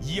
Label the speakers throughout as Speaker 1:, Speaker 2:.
Speaker 1: 以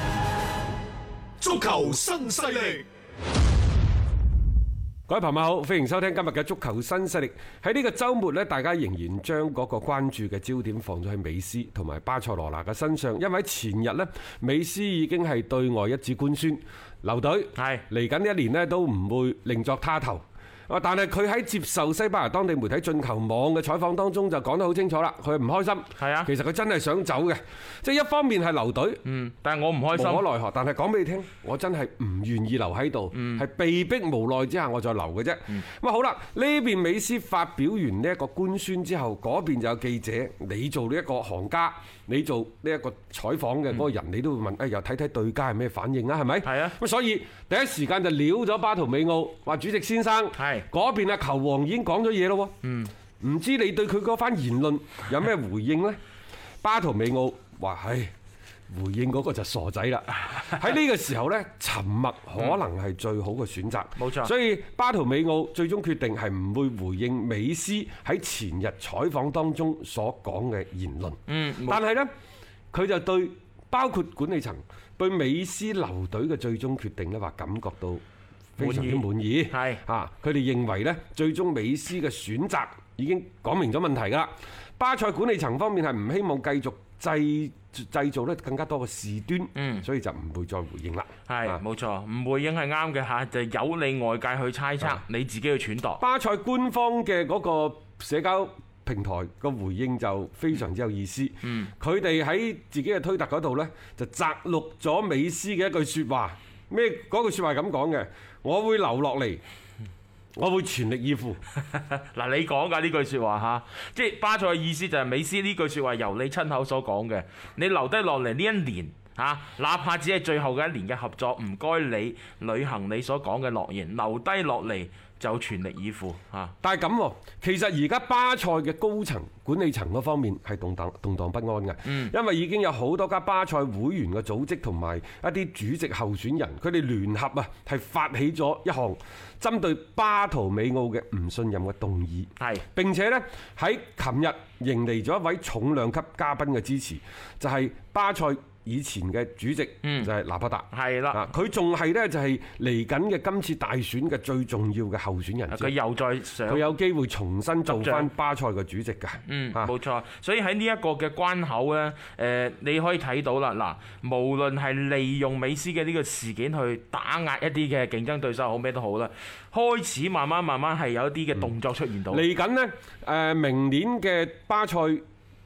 Speaker 1: 足球新勢力，
Speaker 2: 各位朋友好，歡迎收聽今日嘅足球新勢力。喺呢個週末呢，大家仍然將嗰個關注嘅焦點放咗喺美斯同埋巴塞羅那嘅身上，因為喺前日呢，美斯已經係對外一紙官宣留隊，
Speaker 3: 係
Speaker 2: 嚟緊一年呢都唔會另作他頭。啊！但係佢喺接受西班牙當地媒體進球網嘅採訪當中就講得好清楚啦，佢唔開心。
Speaker 3: 係啊
Speaker 2: 其實佢真係想走嘅，即係一方面係留隊，
Speaker 3: 嗯，但係我唔開
Speaker 2: 無可
Speaker 3: 心。
Speaker 2: 奈何，但係講俾你聽，我真係唔願意留喺度，係、
Speaker 3: 嗯
Speaker 2: 被逼無奈之下我再留嘅啫。咁啊、好啦，呢邊美斯發表完呢一個官宣之後，嗰邊就有記者，你做呢一個行家，你做呢一個採訪嘅嗰個人，你都會問，誒又睇睇對家係咩反應啊？係咪？
Speaker 3: 嗯係啊
Speaker 2: 咁所以第一時間就撩咗巴圖美奧，話主席先生，
Speaker 3: 係
Speaker 2: 嗰邊啊球王已經講咗嘢咯喎。嗯，唔知你對佢嗰番言論有咩回應呢？巴圖美奧話：唉。回應嗰個就傻仔 啦！喺呢個時候呢，沉默可能係最好嘅選擇。
Speaker 3: 冇錯
Speaker 2: 所以巴圖美奧最終決定係唔會回應美斯喺前日採訪當中所講嘅言論。
Speaker 3: 嗯，冇
Speaker 2: 但係呢，佢就對包括管理層對美斯留隊嘅最終決定呢，話感覺到非常之滿意。
Speaker 3: 係
Speaker 2: 啊，佢哋認為呢，最終美斯嘅選擇已經講明咗問題㗎啦。巴塞管理層方面係唔希望繼續製製造咧更加多嘅事端，
Speaker 3: 嗯
Speaker 2: 所以就唔會再回應啦。
Speaker 3: 係
Speaker 2: 啊
Speaker 3: 冇錯，唔回應係啱嘅嚇，就由你外界去猜測
Speaker 2: 啊，
Speaker 3: 你自己去揣度。
Speaker 2: 巴塞官方嘅嗰個社交平台個回應就非常之有意思。佢哋喺自己嘅推特嗰度呢，就摘錄咗美斯嘅一句説話，咩嗰句説話係咁講嘅，我會留落嚟，我會全力以赴。
Speaker 3: 嗱，你講㗎呢句説話嚇，即係巴塞嘅意思就係美斯呢句説話由你親口所講嘅，你留低落嚟呢一年。嚇，哪怕只係最後嘅一年嘅合作，唔該你履行你所講嘅諾言，留低落嚟就全力以赴嚇。
Speaker 2: 但係咁喎，其實而家巴塞嘅高層管理層嗰方面係動盪動盪不安嘅，因為已經有好多家巴塞會員嘅組織同埋一啲主席候選人，佢哋聯合啊係發起咗一項針對巴圖美奧嘅唔信任嘅動議。
Speaker 3: 係
Speaker 2: 並且呢，喺琴日迎嚟咗一位重量級嘉賓嘅支持，就係、巴塞以前嘅主席，
Speaker 3: 嗯
Speaker 2: 就係拿破達。
Speaker 3: 係啦，
Speaker 2: 啊！佢仲係呢，就係嚟緊嘅今次大選嘅最重要嘅候選人之一
Speaker 3: 佢又再上。
Speaker 2: 佢有機會重新做
Speaker 3: 執掌
Speaker 2: 翻巴塞嘅主席㗎。
Speaker 3: 嗯，
Speaker 2: 啊
Speaker 3: 冇錯，所以喺呢一個嘅關口呢，誒、你可以睇到啦，嗱，無論係利用美斯嘅呢個事件去打壓一啲嘅競爭對手好咩都好啦，開始慢慢慢慢係有一啲嘅動作出現到。
Speaker 2: 嚟緊呢，誒明年嘅巴塞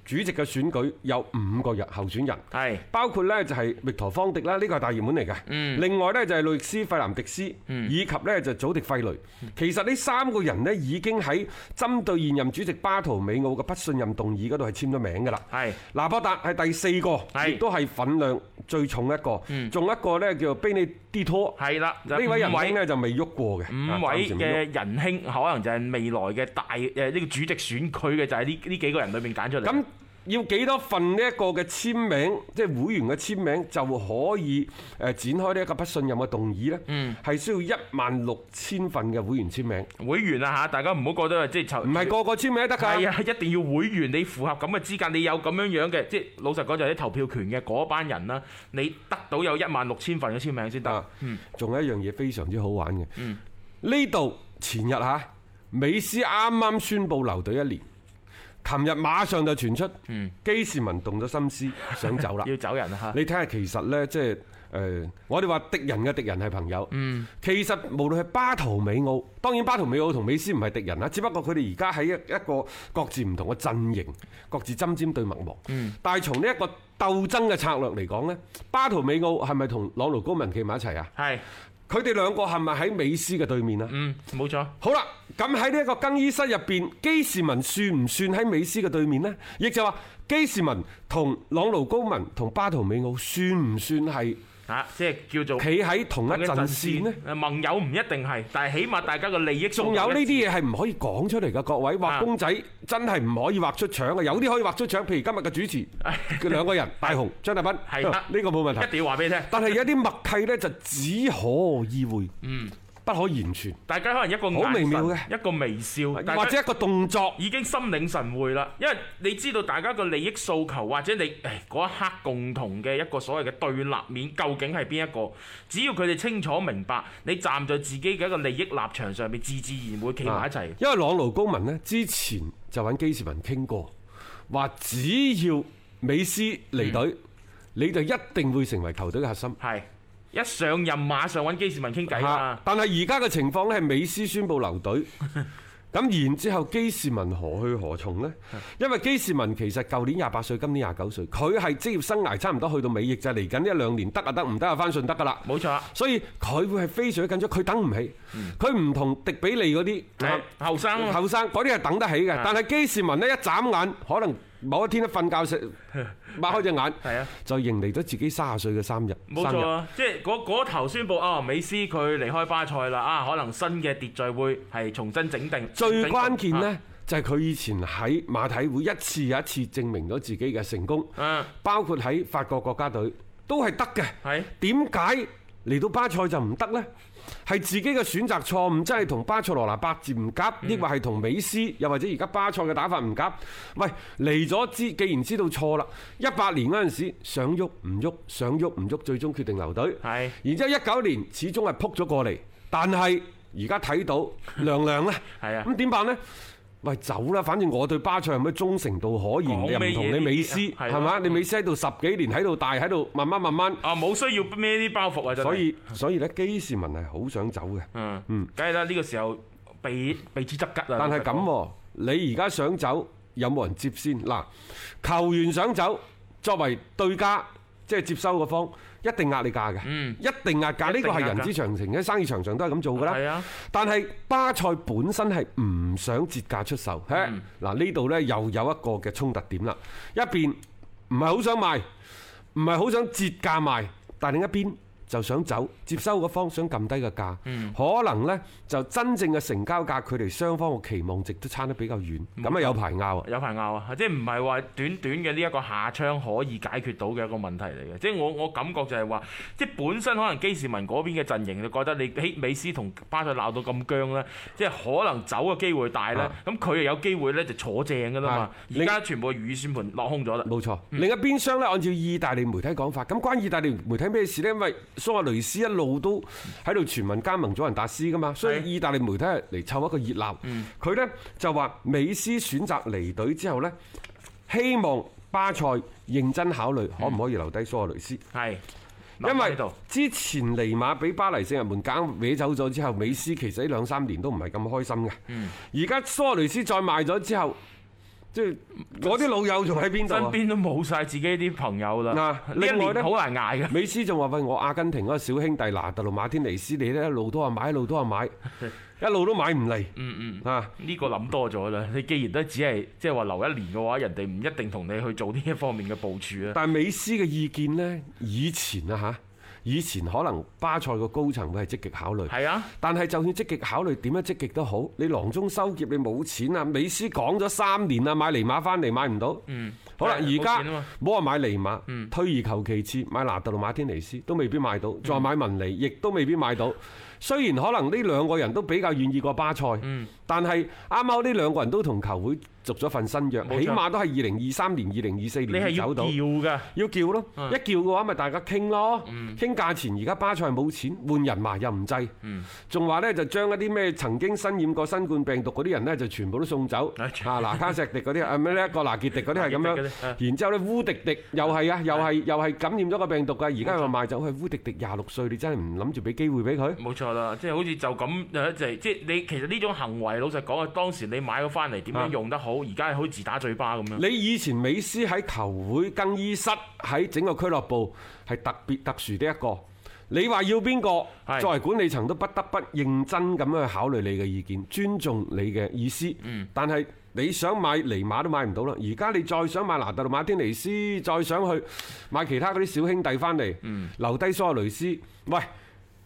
Speaker 2: 主席嘅選舉有五個人候選人。
Speaker 3: 係
Speaker 2: 包括呢就係域陀方迪啦，呢個係大熱門嚟嘅。
Speaker 3: 嗯
Speaker 2: 另外呢就係路易斯費南迪斯，以及呢就祖迪費雷。
Speaker 3: 嗯
Speaker 2: 其實呢三個人呢已經喺針對現任主席巴圖美奧嘅不信任動議嗰度係簽咗名㗎啦。
Speaker 3: 係
Speaker 2: 拿破達係第四個，
Speaker 3: 啊係嗯
Speaker 2: 亦都係份量最重一個。仲有一個呢叫做比尼迪托，
Speaker 3: 係啦，就
Speaker 2: 呢位人
Speaker 3: 五
Speaker 2: 兄呢就未喐過嘅。啊
Speaker 3: 五
Speaker 2: 暫
Speaker 3: 位
Speaker 2: 時未喐
Speaker 3: 嘅仁兄，可能就係未來嘅大誒呢、個主席選舉嘅就係呢呢幾個人裏面揀出嚟。
Speaker 2: 咁要幾多份呢一個嘅簽名，即係會員嘅簽名就可以誒展開呢一個不信任嘅動議呢
Speaker 3: 嗯
Speaker 2: 係、需要一萬六千份嘅會員簽名，
Speaker 3: 會員啊嚇，大家唔好覺得即係
Speaker 2: 唔係個個簽名得
Speaker 3: 係
Speaker 2: 㗎。
Speaker 3: 啊，一定要會員，你符合咁嘅資格，你有咁樣樣嘅，即係老實講就係啲投票權嘅嗰班人啦，你得到有一萬六千份嘅簽名先得
Speaker 2: 啊。，仲有一樣嘢非常之好玩嘅。
Speaker 3: 嗯
Speaker 2: 呢度前日嚇，美斯啱啱宣布留隊一年，琴日馬上就傳出，基士文動咗心思想走啦。
Speaker 3: 嗯 要走人啦嚇。
Speaker 2: 你睇下其實呢，即係誒、呃我哋話敵人嘅敵人係朋友。其實無論係巴圖美奧，當然巴圖美奧同美斯唔係敵人啦，只不過佢哋而家喺一一個各自唔同嘅陣營，各自針尖對麥芒。但係從呢一個鬥爭嘅策略嚟講呢，巴圖美奧係咪同朗奴高文企埋一齊啊？
Speaker 3: 係，
Speaker 2: 佢哋兩個係咪喺美斯嘅對面啊？
Speaker 3: 嗯，冇錯。
Speaker 2: 好啦，咁喺呢一個更衣室入邊，基士文算唔算喺美斯嘅對面呢？亦就話基士文同朗奴高文同巴圖美奧算唔算係
Speaker 3: 啊，即係叫做
Speaker 2: 企喺同一陣線呢？
Speaker 3: 誒盟友唔一定係，但係起碼大家嘅利益
Speaker 2: 仲有呢啲
Speaker 3: 嘢
Speaker 2: 嘢係唔可以講出嚟㗎，各
Speaker 3: 啊
Speaker 2: 位畫公仔真係唔可以畫出腸嘅，有啲可以畫出腸，譬如今日嘅主 持佢兩個人，大雄、張大斌，
Speaker 3: 係啊
Speaker 2: 呢個冇問
Speaker 3: 一
Speaker 2: 題。
Speaker 3: 定要話俾你聽。
Speaker 2: 但係有啲默契呢，就只可意會，
Speaker 3: 嗯
Speaker 2: 不可言傳，
Speaker 3: 大家可能一個
Speaker 2: 好微
Speaker 3: 眼
Speaker 2: 妙
Speaker 3: 神
Speaker 2: 嘅
Speaker 3: 一個微笑，大家
Speaker 2: 或者一個動作。
Speaker 3: 已經心領神會啦，因為你知道大家個利益訴求或者你誒嗰一刻共同嘅一個所謂嘅對立面究竟係邊一個？只要佢哋清楚明白，你站在自己嘅一個利益立場上面，自自然會企埋一齊。
Speaker 2: 啊因為朗奴高文呢，之前就揾基士文傾過，話只要美斯離隊，
Speaker 3: 嗯
Speaker 2: 你就一定會成為球隊嘅核心。
Speaker 3: 係、一上任馬上揾基士文傾偈啊
Speaker 2: 嚇
Speaker 3: 啦，
Speaker 2: 啊但係而家嘅情況呢，係美斯宣布留 隊。咁然之後，基士文何去何從呢？因為基士文其實舊年廿八歲，今年廿九歲，佢係職業生涯差唔多去到尾翼，就係嚟緊呢一兩年得啊得，唔得啊翻順德噶啦。
Speaker 3: 冇錯啊。
Speaker 2: 所以佢會係非常之緊張，佢等唔起，佢唔同迪比利嗰啲
Speaker 3: 嗯係
Speaker 2: 啊
Speaker 3: 後生啊嘛
Speaker 2: 後生嗰啲係等得起嘅，但係基士文呢，一眨眼，可能某一天一瞓覺 食，擘開隻眼，
Speaker 3: 係啊，
Speaker 2: 就迎嚟咗自己三十歲嘅生日。
Speaker 3: 冇
Speaker 2: 生
Speaker 3: 錯
Speaker 2: 日
Speaker 3: 啊，即係嗰嗰頭宣布啊，美斯佢離開巴塞啦，啊，可能新嘅秩序會係重新整定。
Speaker 2: 最關鍵
Speaker 3: 啊，
Speaker 2: 呢，就係佢以前喺馬體會一次又一次證明咗自己嘅成功，
Speaker 3: 嗯，
Speaker 2: 包括喺法國國家隊都係得嘅。
Speaker 3: 係
Speaker 2: 點解嚟到巴塞就唔得呢？係自己嘅選擇錯誤，真係同巴塞羅那八字唔夾，
Speaker 3: 嗯
Speaker 2: 抑或係同美斯，又或者而家巴塞嘅打法唔夾？喂，嚟咗知，既然知道錯啦，一八年嗰陣時想喐唔喐，想喐唔喐，最終決定留隊。
Speaker 3: 係
Speaker 2: 然之後一九年始終係撲咗過嚟，但係而家睇到涼涼啦，
Speaker 3: 係啊
Speaker 2: 咁點辦呢？喂，走啦！反正我對巴塞有咩忠誠度可言，
Speaker 3: 講
Speaker 2: 你又
Speaker 3: 咩
Speaker 2: 唔同
Speaker 3: 嘢
Speaker 2: 你美
Speaker 3: 呢啲
Speaker 2: 斯
Speaker 3: 啊係啊
Speaker 2: 係嘛？你美斯喺度十幾年，喺度大，喺度慢慢慢慢。
Speaker 3: 啊，冇需要孭啲包袱啊，真係。
Speaker 2: 所以所以咧，基士文係好想走嘅，
Speaker 3: 嗯，
Speaker 2: 嗯
Speaker 3: 梗係啦，呢個時候避避之則吉啊。
Speaker 2: 但係咁喎，你而家想走有冇人接先？嗱，球員想走，作為對家即係接收嘅方，一定壓你價嘅，一定壓價，呢個係人之常情，喺生意場上都係咁做㗎啦。
Speaker 3: 係啊
Speaker 2: 但係巴塞本身係唔想折價出售，嘿嗱呢度呢又有一個嘅衝突點啦，一邊唔係好想賣，唔係好想折價賣，但另一邊。就想走，接收嗰方想撳低個價，可能呢就真正嘅成交價，佢哋雙方嘅期望值都差得比較遠，咁啊有排拗啊！
Speaker 3: 有排拗啊，即係唔係話短短嘅呢一個下窗可以解決到嘅一個問題嚟嘅，即係我我感覺就係話，即係本身可能基士文嗰邊嘅陣營就覺得你嘿美斯同巴塞鬧到咁僵咧，即係可能走嘅機會大咧
Speaker 2: 啊，
Speaker 3: 咁佢又有機會咧就坐正㗎啦嘛
Speaker 2: 啊，
Speaker 3: 而
Speaker 2: 另
Speaker 3: 家全部如意算盤落空咗啦，
Speaker 2: 冇錯，
Speaker 3: 嗯
Speaker 2: 另一邊廂呢，按照意大利媒體講法，咁關意大利媒體咩事呢？因為蘇亞雷斯一路都喺度傳聞加盟咗人達斯噶嘛，所
Speaker 3: 係嗯
Speaker 2: 以意大利媒體係嚟湊一個熱鬧。佢呢就話美斯選擇離隊之後呢，希望巴塞認真考慮可唔可以留低蘇亞雷斯。
Speaker 3: 係，嗯留
Speaker 2: 因
Speaker 3: 返
Speaker 2: 為啊
Speaker 3: 喺度
Speaker 2: 之前尼馬俾巴黎聖日門揀搲走咗之後，美斯其實呢兩三年都唔係咁開心嘅。
Speaker 3: 嗯
Speaker 2: 而家蘇亞雷斯再賣咗之後，即係我啲老友仲喺邊度
Speaker 3: 身
Speaker 2: 啊？
Speaker 3: 邊都冇晒自己啲朋友啦，
Speaker 2: 嗱
Speaker 3: 呢一
Speaker 2: 另外
Speaker 3: 年
Speaker 2: 呢
Speaker 3: 好難 捱嘅。
Speaker 2: 美斯仲話：喂，我阿根廷嗰個小兄弟拿特魯馬天尼斯，你咧一路都話買，一路都話 買，一路都買唔嚟。嗯嗯。啊，
Speaker 3: 呢個諗多咗啦！你既然都只係即係話留一年嘅話，人哋唔一定同你去做呢一方面嘅部署啊。
Speaker 2: 但係美斯嘅意見呢，以前啊嚇，以前可能巴塞個高層會係積極考慮。
Speaker 3: 係啊，
Speaker 2: 但係就算積極考慮點樣積極都好，你囊中羞澀，你冇錢啊！美斯講咗三年啦，買尼馬翻嚟買唔到，好啦，而
Speaker 3: 但嗯係
Speaker 2: 家
Speaker 3: 冇錢啊嘛
Speaker 2: 唔好話買尼馬，
Speaker 3: 嗯
Speaker 2: 推而求其次買拿特同馬天尼斯都未必買到，再買文尼亦都未必買到。雖然可能呢兩個人都比較願意過巴塞，
Speaker 3: 嗯
Speaker 2: 但係啱啱呢兩個人都同球會續咗份新約，
Speaker 3: 冇錯
Speaker 2: 起碼都係二零二三年、二零二四
Speaker 3: 你係
Speaker 2: 年
Speaker 3: 要
Speaker 2: 走到。
Speaker 3: 叫㗎，
Speaker 2: 要叫咯，
Speaker 3: 嗯
Speaker 2: 一叫嘅話咪大家傾咯，
Speaker 3: 嗯
Speaker 2: 傾價錢。而家巴塞冇錢換人埋又唔制
Speaker 3: 嗯，
Speaker 2: 仲話呢就將一啲咩曾經身染過新冠病毒嗰啲人呢，就全部都送走。
Speaker 3: 哎
Speaker 2: 啊，嗱卡石迪嗰啲 啊，咩呢一個拿傑迪嗰啲係咁
Speaker 3: 拿傑迪嗰啲啊
Speaker 2: 樣，然之後呢，烏迪迪又係 啊，又係又係感染咗個病毒㗎，而家又賣走。去烏迪迪廿六歲，你真係唔諗住俾機會俾佢？
Speaker 3: 冇錯啦，即係好似就咁誒就係即係你其實呢種行為，老實講啊，當時你買咗翻嚟點
Speaker 2: 啊
Speaker 3: 樣用得好，而家係好似自打嘴巴咁樣。
Speaker 2: 你以前美斯喺球會更衣室喺整個俱樂部係特別特殊的一個。你話要邊個
Speaker 3: 係
Speaker 2: 作為管理層都不得不認真咁樣去考慮你嘅意見，尊重你嘅意思。
Speaker 3: 嗯
Speaker 2: 但係你想買尼馬都買唔到啦，而家你再想買拿特魯馬天尼斯，再想去買其他嗰啲小兄弟翻嚟，
Speaker 3: 嗯
Speaker 2: 留低蘇亞雷斯，喂。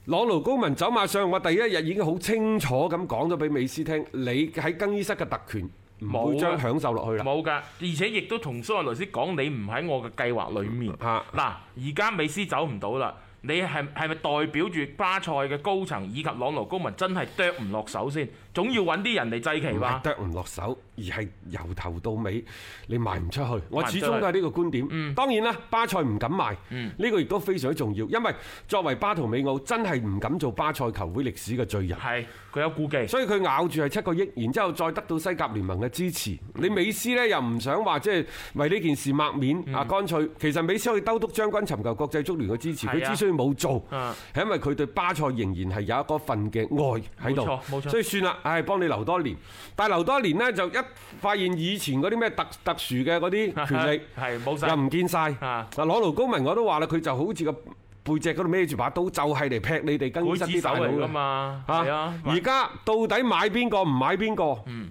Speaker 2: 朗奴高文走馬上，我第一日已經好清楚咁講咗俾美斯聽，你喺更衣室嘅特權唔會
Speaker 3: 冇啊
Speaker 2: 將
Speaker 3: 嘅
Speaker 2: 享受落去啦。
Speaker 3: 冇㗎，而且亦都同蘇亞雷斯講，你唔喺我嘅計劃裏面。
Speaker 2: 嚇
Speaker 3: 嗱，而家美斯走唔到啦，你係係咪代表住巴塞嘅高層以及朗奴高文真係剁唔落手先？總要揾啲人嚟祭旗
Speaker 2: 唔係
Speaker 3: 吧？
Speaker 2: 剁唔落手，而係由頭到尾你賣唔出去。我
Speaker 3: 賣唔出
Speaker 2: 始
Speaker 3: 去
Speaker 2: 終都係呢個觀點。
Speaker 3: 嗯
Speaker 2: 當然啦，巴塞唔敢賣，呢、
Speaker 3: 嗯
Speaker 2: 個亦都非常之重要，因為作為巴圖美奧真係唔敢做巴塞球會歷史嘅罪人。
Speaker 3: 係，佢有顧忌。
Speaker 2: 所以佢咬住係七個億，然之後再得到西甲聯盟嘅支持。你美斯呢又唔想話即係為呢件事抹面
Speaker 3: 嗯
Speaker 2: 啊，乾脆其實美斯可以兜督將軍尋求國際足聯嘅支持，佢
Speaker 3: 係啊
Speaker 2: 之所以冇做，
Speaker 3: 啊
Speaker 2: 係因為佢對巴塞仍然係有一個份嘅愛喺度
Speaker 3: 冇錯冇，錯
Speaker 2: 所以算啦，唉，幫你留多年。但係留多年呢，就一發現以前嗰啲咩特特殊嘅嗰 啲權利
Speaker 3: 係冇
Speaker 2: 又
Speaker 3: 晒。
Speaker 2: 唔見晒。
Speaker 3: 啊
Speaker 2: 嗱，攞勞高文我都話啦，佢就好似個背脊嗰度孭住把刀，就係嚟劈你哋更衣
Speaker 3: 劊
Speaker 2: 室
Speaker 3: 子
Speaker 2: 啲
Speaker 3: 手
Speaker 2: 大佬
Speaker 3: 嚟㗎
Speaker 2: 嘅。
Speaker 3: 嘛，係
Speaker 2: 嚇
Speaker 3: 啊！，
Speaker 2: 而家到底買邊個唔買邊個？嗯，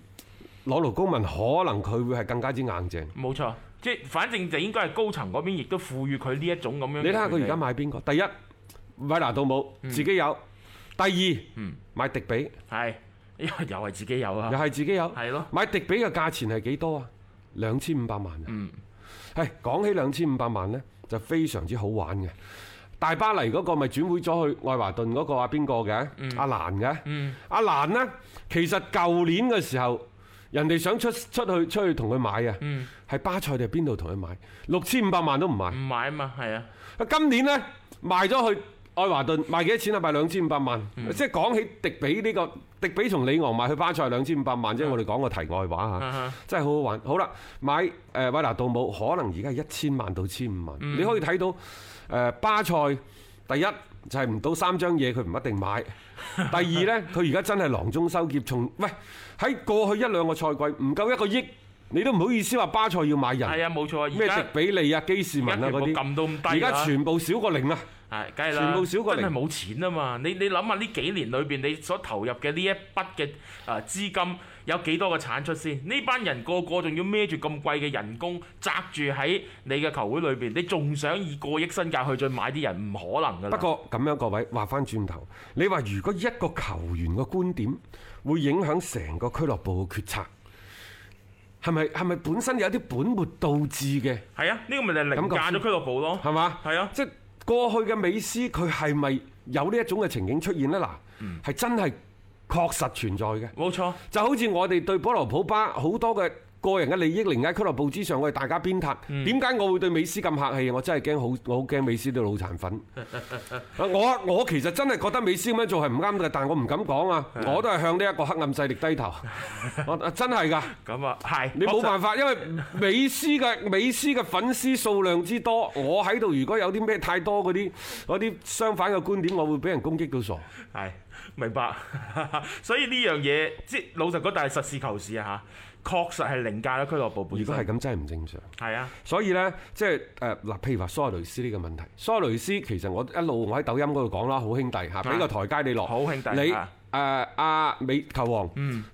Speaker 2: 攞勞公民可能佢會係更加之硬淨。
Speaker 3: 冇錯，即係反正就應該係高層嗰邊亦都賦予佢呢一種咁樣嘅權利。
Speaker 2: 你睇下佢而家買邊個？第一，韋拿杜姆自己有；第二
Speaker 3: 嗯，
Speaker 2: 買迪比
Speaker 3: 係， 因為又係自己有
Speaker 2: 又
Speaker 3: 啊，
Speaker 2: 係自己有。
Speaker 3: 係咯，
Speaker 2: 買迪比嘅價錢係幾多啊？兩千五百萬啊！
Speaker 3: 嗯，
Speaker 2: 係講起兩千五百萬呢，就非常之好玩嘅。大巴黎嗰個咪轉會咗去愛華頓嗰個啊邊個嘅？阿蘭嘅。
Speaker 3: 嗯
Speaker 2: 阿蘭呢，其實舊年嘅時候，人哋想出出去出去同佢買啊，
Speaker 3: 嗯
Speaker 2: 係巴塞定係邊度同佢買？六千五百萬都唔買。
Speaker 3: 唔買啊嘛，係啊，
Speaker 2: 啊今年呢，賣咗去愛華頓，賣幾多錢啊？賣兩千五百萬。
Speaker 3: 嗯
Speaker 2: 即係講起迪比呢、個迪比從里昂賣去巴塞兩千五百萬，即係我哋講個題外話嚇。
Speaker 3: 嗯啊哈
Speaker 2: 真係好好玩。好啦，買誒維拿杜姆可能而家一千萬到千五萬，
Speaker 3: 嗯
Speaker 2: 你可以睇到誒巴塞第一就係唔到三張嘢佢唔一定 買，第二呢，佢而家真係囊中羞澀，從喂喺過去一兩個賽季唔夠一個億，你都唔好意思話巴塞要買人
Speaker 3: 係啊，冇錯，而
Speaker 2: 咩
Speaker 3: 家
Speaker 2: 迪比利啊、基士
Speaker 3: 而
Speaker 2: 文
Speaker 3: 家
Speaker 2: 啊
Speaker 3: 全部
Speaker 2: 嗰啲，
Speaker 3: 撳到咁低啊，
Speaker 2: 而家全部少過零啊！
Speaker 3: 係，梗係啦，
Speaker 2: 全部少過零
Speaker 3: 真係冇錢啊嘛！你你諗下呢幾年裏邊你所投入嘅呢一筆嘅誒資金有幾多個產出先？呢班人個個仲要孭住咁貴嘅人工，擲住喺你嘅球會裏邊，你仲想以過億身價去再買啲人，唔可能噶啦。
Speaker 2: 不過咁樣各位話翻轉頭，你話如果一個球員嘅觀點會影響成個俱樂部嘅決策，係咪係咪本身有啲本末倒置嘅？
Speaker 3: 係啊，呢個咪就係凌駕咗俱樂部咯。
Speaker 2: 係嘛？
Speaker 3: 係啊
Speaker 2: 即係過去嘅美斯，佢係咪有呢一種嘅情景出現呢？
Speaker 3: 嗯
Speaker 2: 嗱，係真係確實存在嘅。
Speaker 3: 冇錯，
Speaker 2: 就好似我哋對保羅普巴好多嘅個人嘅利益凌駕俱樂部之上，我哋大家鞭撻。點解我會對美斯咁客氣？我真係驚好，我好驚美斯啲腦殘粉。啊我我其實真係覺得美斯咁樣做係唔啱嘅，但我唔敢講啊！我都係向呢一個黑暗勢力低頭。我真係㗎，
Speaker 3: 咁啊係。
Speaker 2: 你冇
Speaker 3: 確實
Speaker 2: 辦法，因為美斯嘅美斯嘅粉絲數量之多，我喺度如果有啲咩太多嗰啲嗰啲相反嘅觀點，我會俾人攻擊到傻。
Speaker 3: 係明白， 所以呢樣嘢即係老實講，但係實事求是啊嚇，確實係凌駕咗俱樂部本
Speaker 2: 如
Speaker 3: 身。
Speaker 2: 果係咁，真係唔正常。
Speaker 3: 係啊，
Speaker 2: 所以呢，即係誒嗱，譬如話蘇亞雷斯呢個問題，蘇亞雷斯其實我一路我喺抖音嗰度講啦，好兄弟嚇，俾個台階你落，
Speaker 3: 啊好兄弟
Speaker 2: 你誒呃
Speaker 3: 啊嗯
Speaker 2: 阿美球王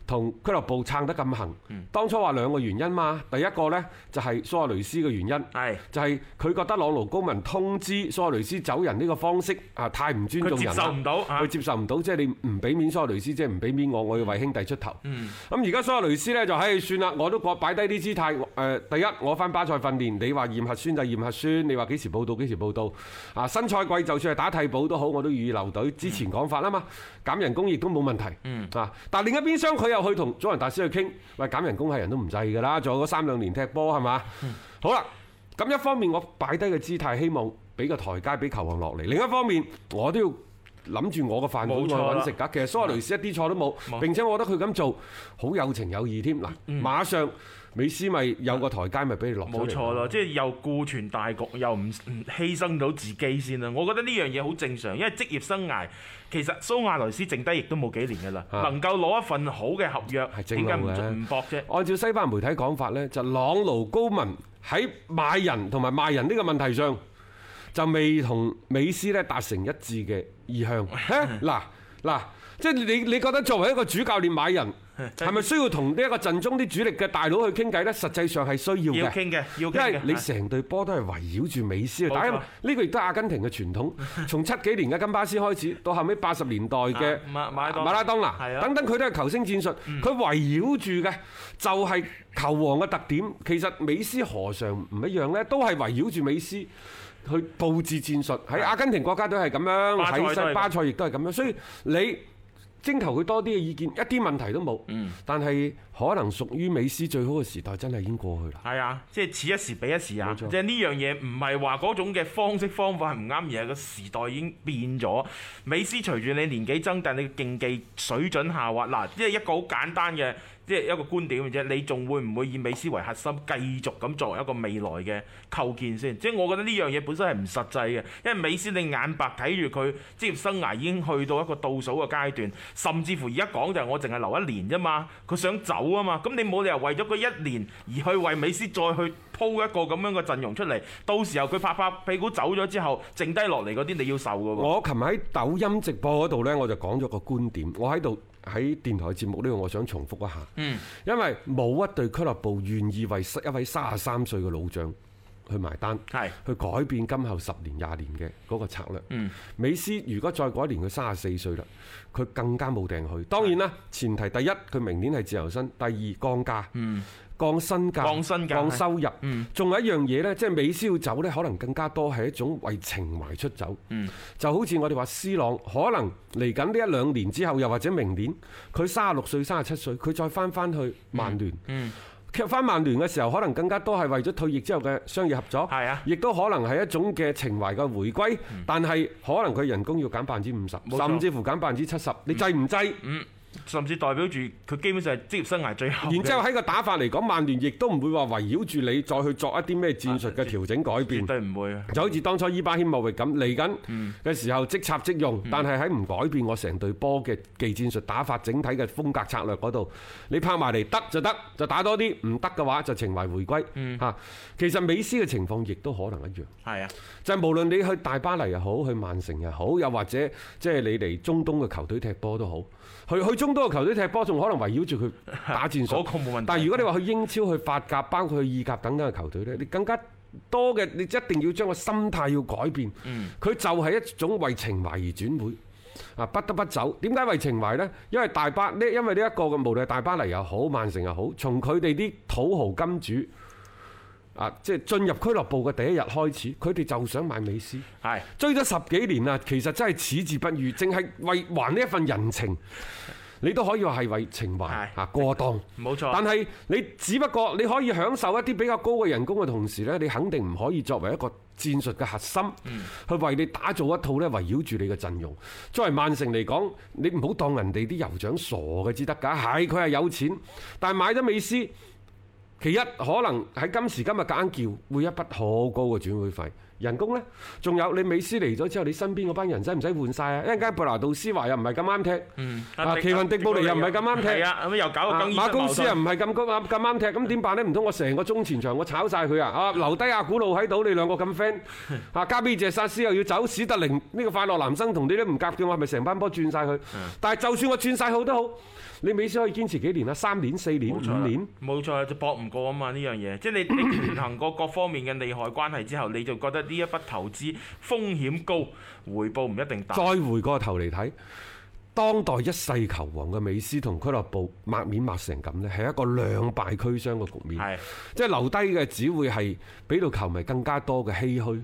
Speaker 2: 同俱樂部撐得咁行，當初話兩個原因嘛。第一個呢，就係蘇亞雷斯嘅原因，
Speaker 3: 係
Speaker 2: 就係佢覺得朗奴高文通知蘇亞雷斯走人呢個方式啊太唔尊重
Speaker 3: 佢接
Speaker 2: 人
Speaker 3: 受
Speaker 2: 啦
Speaker 3: 唔。到啊
Speaker 2: 佢！接受唔到，即係你唔俾面蘇亞雷斯，即係唔俾面我，我要為兄弟出頭。咁而家蘇亞雷斯呢，就唉算啦，我都覺擺低啲姿態。誒、第一我翻巴塞訓練，你話驗核酸就驗核酸，你話幾時報到幾時報到。啊，新賽季就算係打替補都好，我都願意留隊。之前講法啦嘛，減人工亦都冇問題。啊，但另一邊廂佢又去同祖雲達斯去傾，喂減人工係人都唔制㗎啦，仲有嗰三兩年踢波係嘛？好啦。咁一方面我擺低個姿態，希望俾個台階俾球王落嚟；另一方面我都要諗住我個飯碗
Speaker 3: 冇錯啦
Speaker 2: 我揾食㗎。其實蘇亞雷斯一啲錯都冇，並且我覺得佢咁做好有情有義添。嗱，馬上美斯咪有個台階咪俾你落咗
Speaker 3: 嗯冇
Speaker 2: 嚟
Speaker 3: 錯咯，即係又顧全大局，又唔唔犧牲到自己先啦。我覺得呢樣嘢好正常，因為職業生涯其實蘇亞雷斯剩低亦都冇幾年噶啦，
Speaker 2: 啊
Speaker 3: 能夠攞一份好嘅合約，
Speaker 2: 係正
Speaker 3: 點
Speaker 2: 路
Speaker 3: 解唔
Speaker 2: 嘅
Speaker 3: 唔搏啫？
Speaker 2: 按照西班牙媒體講法呢，就朗奴高文喺買人同埋賣人呢個問題上，就未同美斯咧達成一致嘅意 向。嘿嗱嗱，即係你你覺得作為一個主教練買人， 係咪需要同呢一個陣中啲主力嘅大佬去傾偈呢？實際上係需要
Speaker 3: 要
Speaker 2: 嘅。
Speaker 3: 傾嘅，要
Speaker 2: 因
Speaker 3: 傾
Speaker 2: 為
Speaker 3: 嘅。
Speaker 2: 你成隊波都係圍繞住美斯去打，
Speaker 3: 冇錯
Speaker 2: 因為呢個亦都係阿根廷嘅傳 統。從七幾年嘅金巴斯開始，到後尾八十年代嘅
Speaker 3: 啊馬馬拉當拿
Speaker 2: 馬拉當
Speaker 3: 係
Speaker 2: 拿
Speaker 3: 啊嗯
Speaker 2: 等等，佢都係球星戰術。佢圍繞住嘅就係球王嘅特點。其實美斯何嘗唔一樣呢？都係圍繞住美斯。去佈置戰術喺阿根廷國家隊係咁樣，
Speaker 3: 巴塞都係
Speaker 2: 喺
Speaker 3: 咁
Speaker 2: 西巴塞亦都係咁樣，所以你徵求佢多啲嘅意見，一啲問題都冇。
Speaker 3: 嗯
Speaker 2: 但係可能屬於美斯最好嘅時代真係已經過去啦。
Speaker 3: 係啊，即係此一時彼一時啊！
Speaker 2: 冇錯
Speaker 3: 即係呢樣嘢唔係話嗰種嘅方式方法唔啱，而係個時代已經變咗。美斯隨住你年紀增大，你嘅競技水準下滑，嗱，即係一個好簡單嘅，即係一個觀點嘅啫。你仲會唔會以美斯為核心，繼續咁作為一個未來嘅構建先？即係我覺得呢樣嘢本身係唔實際嘅，因為美斯你眼白睇住佢職業生涯已經去到一個倒數嘅階段，甚至乎而家講就係我淨係留一年啫嘛，佢想走啊嘛，咁你冇理由為咗嗰一年而去為美斯再去鋪一個咁樣嘅陣容出嚟，到時候佢拍拍屁股走咗之後，剩低落嚟嗰啲你要受嘅喎。
Speaker 2: 我琴日喺抖音直播嗰度呢，我就講咗個觀點，我喺度喺電台節目呢度，我想重複一下。嗯，因為冇一隊俱樂部願意為一位三十三歲嘅老將去埋單，
Speaker 3: 係
Speaker 2: 去改變今後十年廿年嘅嗰個策略。嗯，美斯如果再過一年佢三十四歲啦，佢更加冇定去。當然啦，前提第一佢明年係自由身，第二降價。嗯。降身價、
Speaker 3: 降身價
Speaker 2: 降
Speaker 3: 嗯
Speaker 2: 收入，仲、有一樣嘢呢，即係美斯要走呢，可能更加多係一種為情懷出走。
Speaker 3: 嗯
Speaker 2: 就好似我哋話 C 朗，可能嚟緊呢一兩年之後，又或者明年，佢三十六歲、三十七歲，佢再翻翻去曼聯。嗯翻曼聯嘅時候，可能更加多係為咗退役之後嘅商業合作，
Speaker 3: 係啊嗯
Speaker 2: 亦都可能係一種嘅情懷嘅回歸。但係可能佢人工要減百分之五十，
Speaker 3: 冇錯嗯
Speaker 2: 甚至乎減百分之七十，你制唔制？
Speaker 3: 甚至代表住佢基本上係職業生涯最後嘅。
Speaker 2: 然之後喺個打法嚟講，曼聯亦都唔會話圍繞住你再去作一啲咩戰術
Speaker 3: 啊
Speaker 2: 嘅調整改變
Speaker 3: 絕。對唔會啊！
Speaker 2: 就好似當初伊巴謙莫域咁嚟緊嘅時候即插即用，但係喺唔改變我成隊波嘅技戰術打法、整體嘅風格策略嗰度，你拍埋嚟得就得，就打多啲；唔得嘅話就情懷回歸嚇。其實美斯嘅情況亦都可能一樣，
Speaker 3: 係啊，
Speaker 2: 就係無論你去大巴黎又好，去曼城又好，又或者即係你嚟中東嘅球隊踢波都好，去去中東嘅球隊踢波仲可能圍繞 住佢打戰術
Speaker 3: 嗰。個冇問題。
Speaker 2: 但係如果你話去英超、去法甲、包括去意甲等等嘅球隊呢，你更加多嘅，你一定要將個心態要改變。佢、
Speaker 3: 嗯
Speaker 2: 就係一種為情懷而轉會。啊，不得不走。點解為情懷呢？因為大巴呢，因為呢一個嘅無論係大巴黎又好，曼城又好，從佢哋啲土豪金主啊，即係進入俱樂部嘅第一日開始，佢哋就想買美斯。
Speaker 3: 係
Speaker 2: 追咗十幾年啦，其實真係矢志不渝，淨係為還呢一份人情，你都可以話係為情懷
Speaker 3: 係
Speaker 2: 啊過當。
Speaker 3: 冇錯。
Speaker 2: 但係你只不過你可以享受一啲比較高嘅人工嘅同時呢，你肯定唔可以作為一個戰術嘅核心，去為你打造一套呢圍繞住你嘅陣容。作為曼城嚟講，你唔好當人哋啲酋長傻嘅至得㗎，係佢係有錢，但係買咗美斯。其一可能喺今時今日夾硬叫會一筆好高嘅轉會費，人工呢？仲有你美斯嚟咗之後，你身邊嗰班人使唔使換晒啊？一陣間布拿杜斯華又唔係咁啱踢，啊奇雲迪布尼又唔係咁啱踢，
Speaker 3: 係啊，咁又搞個更衣室
Speaker 2: 馬高斯又
Speaker 3: 矛盾
Speaker 2: 唔係咁高咁啱踢，咁點辦呢？唔通我成個中前場我炒晒 佢啊？啊，留低阿古路喺度，你兩個咁 friend，啊加比謝薩斯又要走，史特靈呢個快樂男生同你都唔夾嘅，我係咪成班波轉晒 佢？
Speaker 3: 嗯
Speaker 2: 但係就算我轉晒好都好，你美斯可以堅持幾年啊？三年、四年、
Speaker 3: 冇錯
Speaker 2: 五
Speaker 3: 啦
Speaker 2: 年？
Speaker 3: 冇錯，就搏唔過啊嘛呢樣嘢，即係你你權衡過各方面嘅利害關係之後，你就覺得呢一筆投資風險高，回報唔一定大。
Speaker 2: 再回過頭嚟睇，當代一世球王嘅美斯同俱樂部抹面抹成咁呢，係一個兩敗俱傷嘅局面
Speaker 3: 係。
Speaker 2: 即係留低嘅只會係俾到球迷更加多嘅唏噓。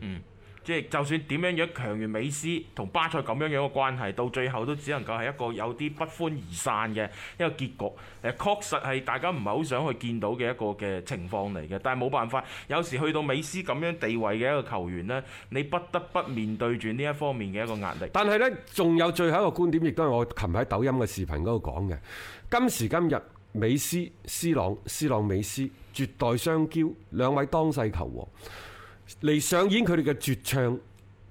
Speaker 3: 即係就算點樣樣強如美斯同巴塞咁樣樣嘅關係，到最後都只能夠係一個有啲不歡而散嘅一個結局。誒，確實係大家唔係好想去見到嘅一個嘅情況嚟嘅，但係冇辦法，有時去到美斯咁樣地位嘅一個球員呢，你不得不面對住呢一方面嘅一個壓力。
Speaker 2: 但係呢，仲有最後一個觀點，亦都係我琴日喺抖音嘅視頻嗰度講嘅。今時今日，美斯、斯朗、斯朗美斯絕代雙驕，兩位當世球王嚟上演佢哋嘅絕唱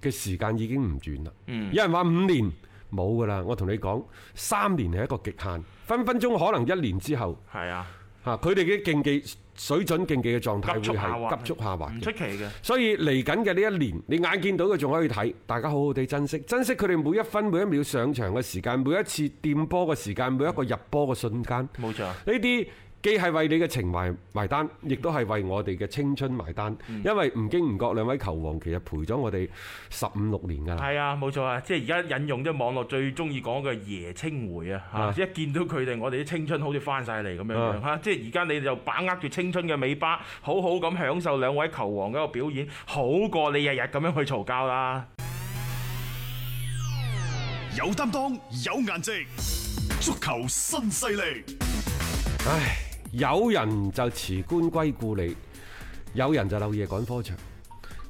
Speaker 2: 嘅時間已經唔遠啦。
Speaker 3: 嗯
Speaker 2: 有人話五年冇㗎啦，我同你講，三年係一個極限，分分鐘可能一年之後
Speaker 3: 係啊，
Speaker 2: 嚇，佢哋嘅競技水準、競技嘅狀態
Speaker 3: 急速
Speaker 2: 會
Speaker 3: 下滑
Speaker 2: 係急速下滑
Speaker 3: 唔
Speaker 2: 嘅
Speaker 3: 出奇嘅。
Speaker 2: 所以嚟緊嘅呢一年，你眼見到嘅仲可以睇，大家好好地珍惜，珍惜佢哋每一分每一秒上場嘅時間，每一次掂波嘅時間，每一個入波嘅瞬間，呢
Speaker 3: 冇錯。
Speaker 2: 啲既係為你嘅情懷埋單，亦都係為我哋嘅青春埋單。因為唔經唔覺，兩位球王其實陪咗我哋十五六年㗎啦。
Speaker 3: 係啊，冇錯啊！即係而家引用咗網絡最中意講嘅爺青回啊，
Speaker 2: 啊
Speaker 3: 嚇！一見到佢哋，我哋啲青春好似翻晒嚟咁樣樣嚇！即係而家你就把握住青春嘅尾巴，好好咁享受兩位球王嘅一個表演，好過你日日咁樣去嘈交啦。
Speaker 4: 有擔當，有顏值，足球新勢力。
Speaker 2: 唉，有人就辭官歸故里，有人就漏夜趕科場。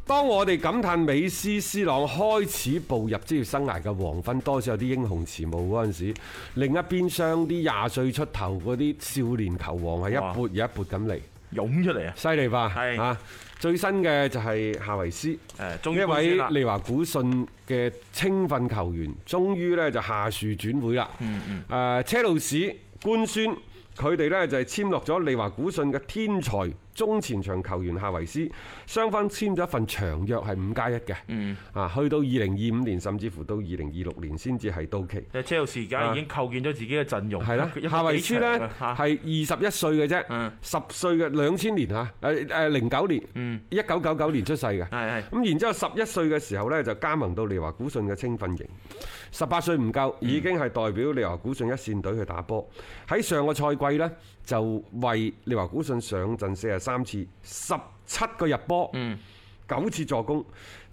Speaker 2: 當我哋感嘆美斯、斯朗開始步入職業生涯嘅黃昏，多少有啲英雄遲暮嗰陣時，另一邊廂啲廿歲出頭嗰啲少年球王係
Speaker 3: 哇
Speaker 2: 一撥又一撥咁嚟，
Speaker 3: 湧出嚟啊！
Speaker 2: 犀利吧？
Speaker 3: 係
Speaker 2: 啊，最新嘅就係夏維斯，
Speaker 3: 誒，終於
Speaker 2: 呢
Speaker 3: 搬遷
Speaker 2: 位
Speaker 3: 啦
Speaker 2: 利華古信嘅青訓球員，終於呢就下樹轉會啦。嗯嗯。誒，車路士官宣佢哋呢就係簽落咗利華古信嘅天才中前場球員夏維斯，雙方簽咗一份長約係五加一嘅。嗯。啊，去到二零二五年，甚至乎到二零二六年先至係到期。
Speaker 3: 誒車路士而家已經構建咗自己嘅陣容，
Speaker 2: 啊係啦，
Speaker 3: 一個
Speaker 2: 夏維斯
Speaker 3: 幾
Speaker 2: 呢
Speaker 3: 長啊嚇
Speaker 2: 係二十一歲嘅啫
Speaker 3: 嗯，
Speaker 2: 十歲嘅兩千年嚇，誒誒零九年，一九九九年出世嘅。
Speaker 3: 嗯係係
Speaker 2: 咁然之後十一歲嘅時候呢，就加盟到利華古信嘅青訓營，十八歲唔夠已經係代表利華古信一線隊去打波。喺上個賽季呢，就為利華古信上陣四十三次，十七個入波，九次助攻。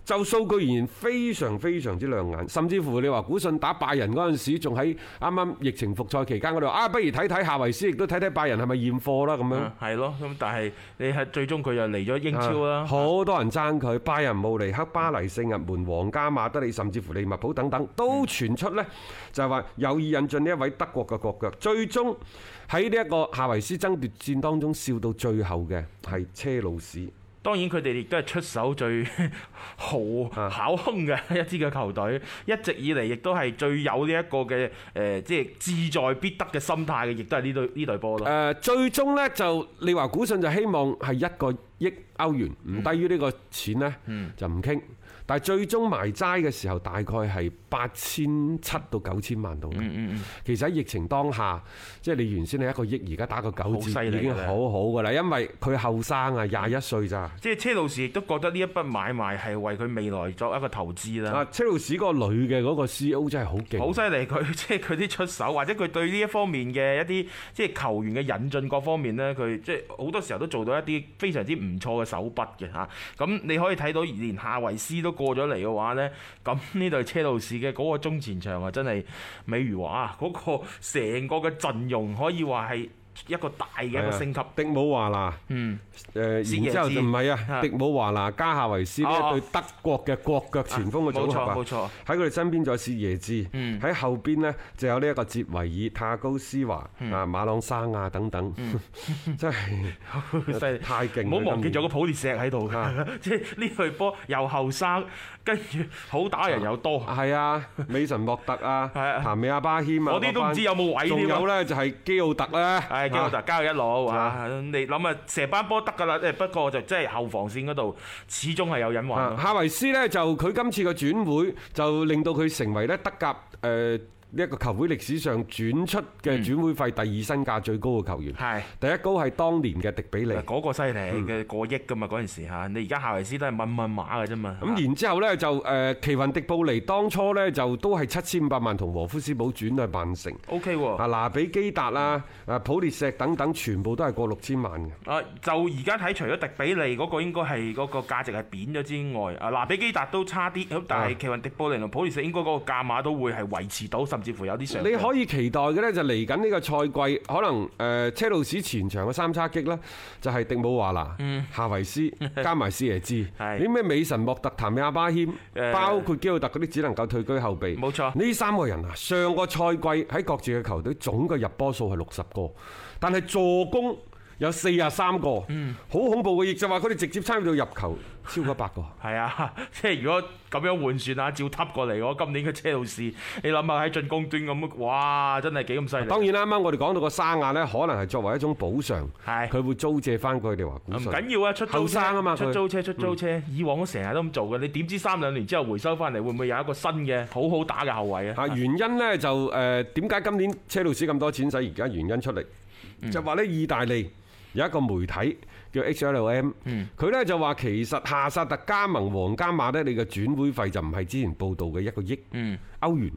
Speaker 2: 就數據而言，非常非常之亮眼，甚至乎你話古信打拜仁嗰陣時，仲喺啱啱疫情復賽期間嗰度啊，不如睇睇夏維斯，亦都睇睇拜仁係咪驗貨啦咁樣
Speaker 3: 嗯。係咯。咁但係你係最終佢又嚟咗英超
Speaker 2: 啊
Speaker 3: 啦，
Speaker 2: 好多人爭佢，拜仁慕尼黑、巴黎聖日門、皇家馬德里，甚至乎利物浦等等，都傳出呢，就係話有意引進呢一位德國嘅國腳。最終喺呢一個夏維斯爭奪戰當中，笑到最後嘅係車路士。
Speaker 3: 當然佢哋亦都係出手最 豪巧兇嘅一 支嘅球隊，一直以嚟亦都係最有呢一個嘅誒、呃即係志在必得嘅心態嘅，亦都係呢隊呢隊波
Speaker 2: 誒、
Speaker 3: 咯。
Speaker 2: 最終呢，就利華古信就希望係一個億歐元，唔低於呢個錢呢，就唔傾。但係最終埋齋嘅時候，大概係八千七到九千萬度嘅。
Speaker 3: 嗯
Speaker 2: 其實喺疫情當下，即係你原先係一個億，而家打個九
Speaker 3: 好犀
Speaker 2: 折
Speaker 3: 利㗎嗯
Speaker 2: 已經
Speaker 3: 啦
Speaker 2: 好好㗎啦，因為佢後生啊，廿一歲咋。
Speaker 3: 即係車路士亦都覺得呢一筆買賣係為佢未來作一個投資啦。
Speaker 2: 啊，車路士嗰個女嘅嗰個 CEO 真係好勁。
Speaker 3: 嗯好犀利！佢 即係佢啲出手，或者佢對呢一方面嘅一啲即係球員嘅引進各方面呢，佢即係好多時候都做到一啲非常之唔錯嘅手筆嘅嚇。咁你可以睇到，連夏維斯都過咗嚟嘅話呢，咁呢隊車路士嘅嗰個中前場啊，真係美如畫啊！嗰、個成個嘅陣容可以話係。一個大嘅一個升級。
Speaker 2: 迪姆華拿，
Speaker 3: 嗯，
Speaker 2: 誒，然之後就
Speaker 3: 斯耶茲
Speaker 2: 唔係
Speaker 3: 啊
Speaker 2: 啊，迪姆華拿、加夏維斯呢
Speaker 3: 哦
Speaker 2: 一對德國嘅國腳前鋒嘅組合啊
Speaker 3: 冇錯冇錯
Speaker 2: 喺佢哋身邊仲有薛耶治，
Speaker 3: 嗯
Speaker 2: 喺後邊呢就有呢一個哲維爾、塔高斯華、
Speaker 3: 嗯
Speaker 2: 啊馬朗沙亞等等， 真係
Speaker 3: 犀利
Speaker 2: 太勁啦啊
Speaker 3: 唔好忘
Speaker 2: 今
Speaker 3: 記
Speaker 2: 年
Speaker 3: 咗個普列石喺度㗎， 即係呢隊波又後生，跟住好打人又多。
Speaker 2: 係啊，美神莫特啊，
Speaker 3: 係啊
Speaker 2: 譚美阿巴謙啊，
Speaker 3: 我啲都唔知有冇位
Speaker 2: 仲
Speaker 3: 添啊
Speaker 2: 有呢就係基奧特啦，
Speaker 3: 係基奧特
Speaker 2: 啊，
Speaker 3: 交一路啊
Speaker 2: 啊！
Speaker 3: 你諗啊，成班波得㗎啦，誒不過就即係後防線嗰度始終係有隱患
Speaker 2: 啊
Speaker 3: 咯。
Speaker 2: 夏維斯呢，就佢今次嘅轉會就令到佢成為咧德甲誒呢一個球會歷史上轉出嘅轉會費第二身價最高嘅球員，
Speaker 3: 嗯係。
Speaker 2: 第一高係嗯當年嘅迪比利。
Speaker 3: 嗰個犀利嘅過億噶嘛嗰陣時嚇，你而家夏維斯都係問問馬嘅啫嘛。
Speaker 2: 咁然之後呢，就誒奇雲迪布尼當初呢，就都係七千五百萬同和夫斯堡轉去曼城，
Speaker 3: O K 喎，
Speaker 2: 啊拿比基達啦、啊普列石等等，全部都係過六千萬嘅。
Speaker 3: 啊就而家睇除咗迪比利嗰個應該係嗰個價值係貶咗之外，啊嗱比基達都差啲，咁但係
Speaker 2: 啊
Speaker 3: 奇雲迪布尼同普列斯應該嗰個價碼都會係維持到，甚至乎有啲上。
Speaker 2: 你可以期待嘅呢，就嚟緊呢個賽季，可能誒、呃車路士前場嘅三叉戟呢，就係迪姆華拿、夏維 斯加埋斯耶茲，
Speaker 3: 嗯係
Speaker 2: 啲咩美神莫特、譚美阿巴謙，
Speaker 3: 誒
Speaker 2: 包括基奧特嗰啲，只能夠退居後備。
Speaker 3: 冇錯
Speaker 2: 呢三個人啊，上個賽季喺各自嘅球隊總嘅入波數係六十個，但係助攻。有四十三個，
Speaker 3: 嗯
Speaker 2: 好恐怖嘅，亦就話佢哋直接參與到入球超過一 百個。
Speaker 3: 係啊，即係如果咁樣換算啊，照揼過嚟我今年嘅車路士， 你諗下喺進攻端咁，哇，真係幾咁犀利。
Speaker 2: 啊當然啦，啱啱我哋講到個沙亞呢，可能係作為一種補償，
Speaker 3: 係
Speaker 2: 佢會租借翻佢哋話股
Speaker 3: 唔
Speaker 2: 稅。
Speaker 3: 緊要啊，出租
Speaker 2: 後
Speaker 3: 車
Speaker 2: 生啊嘛佢
Speaker 3: 出租車出租車，以往我成日都咁做嘅，你點知三兩年之後回收翻嚟會唔會有一個新嘅好好打嘅後衞啊？
Speaker 2: 啊，原因呢就誒點解今年車路士咁多錢使？而家原因出嚟
Speaker 3: 嗯
Speaker 2: 就話呢，意大利有一個媒體叫 HLM，佢
Speaker 3: 嗯
Speaker 2: 呢就話其實夏薩特加盟皇家馬呢，你嘅轉會費就唔係之前報道嘅一個億
Speaker 3: 嗯
Speaker 2: 歐元，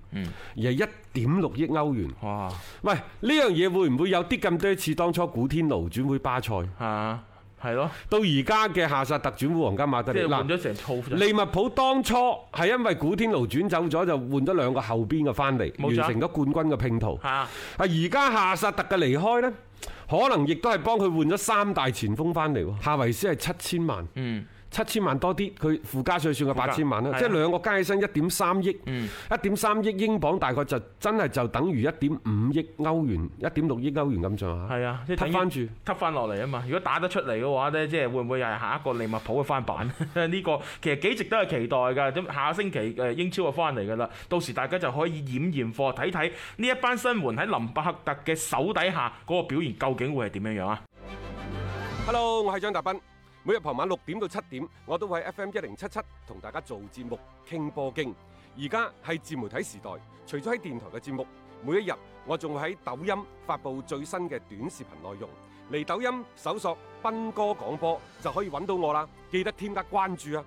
Speaker 2: 而係一點六億歐元。
Speaker 3: 哇
Speaker 2: 喂，呢樣嘢會唔會有啲咁多次當初古天奴轉會巴塞，
Speaker 3: 嚇，係咯，
Speaker 2: 到而家嘅夏薩特轉會皇家馬德
Speaker 3: 即
Speaker 2: 里？
Speaker 3: 係換
Speaker 2: 嗱
Speaker 3: 咗成套啫。
Speaker 2: 利物浦當初係因為古天奴轉走咗，就換咗兩個後邊嘅翻嚟，
Speaker 3: 冇錯
Speaker 2: 完成咗冠軍嘅拼圖。
Speaker 3: 嚇
Speaker 2: 啊！而家夏薩特嘅離開呢，可能亦都係幫佢換咗三大前鋒翻嚟喎。夏維斯係七千萬，
Speaker 3: 嗯
Speaker 2: 七千萬多啲，佢附加税算佢八
Speaker 3: 加
Speaker 2: 千萬
Speaker 3: 係啊嗯
Speaker 2: 啦，即係兩個加起身一點三億，一點三億英鎊大概就真係就等於一點五億歐元、一點六億歐元咁上下。
Speaker 3: 係啊，即係等
Speaker 2: 揼
Speaker 3: 於
Speaker 2: 翻住。
Speaker 3: 揼翻落嚟啊嘛！如果打得出嚟嘅話呢，即係會唔會又係下一個利物浦嘅翻版？ 呢個其實幾值得係期待㗎。咁下星期誒英超就翻嚟㗎啦，到時大家就可以掩驗貨，睇睇呢一班新援喺林伯克特嘅手底下嗰個表現究竟會係點樣樣啊！
Speaker 2: Hello，我係張達斌。每日傍晚六點到七點，我都會喺 FM 一零七七同大家做節目傾波經。而家係自媒體時代，除咗喺電台嘅節目，每一日我仲會喺抖音發布最新嘅短視頻內容。嚟抖音搜索斌哥廣播就可以揾到我啦，記得添加關注啊！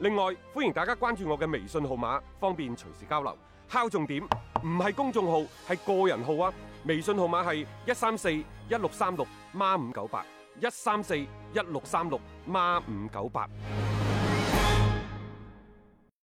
Speaker 2: 另外，歡迎大家關注我嘅微信號碼，方便隨時交流。敲重點，唔係公眾號，係個人號啊！微信號碼係一三四一六三六孖五九八，一三四一六三六孖五九八。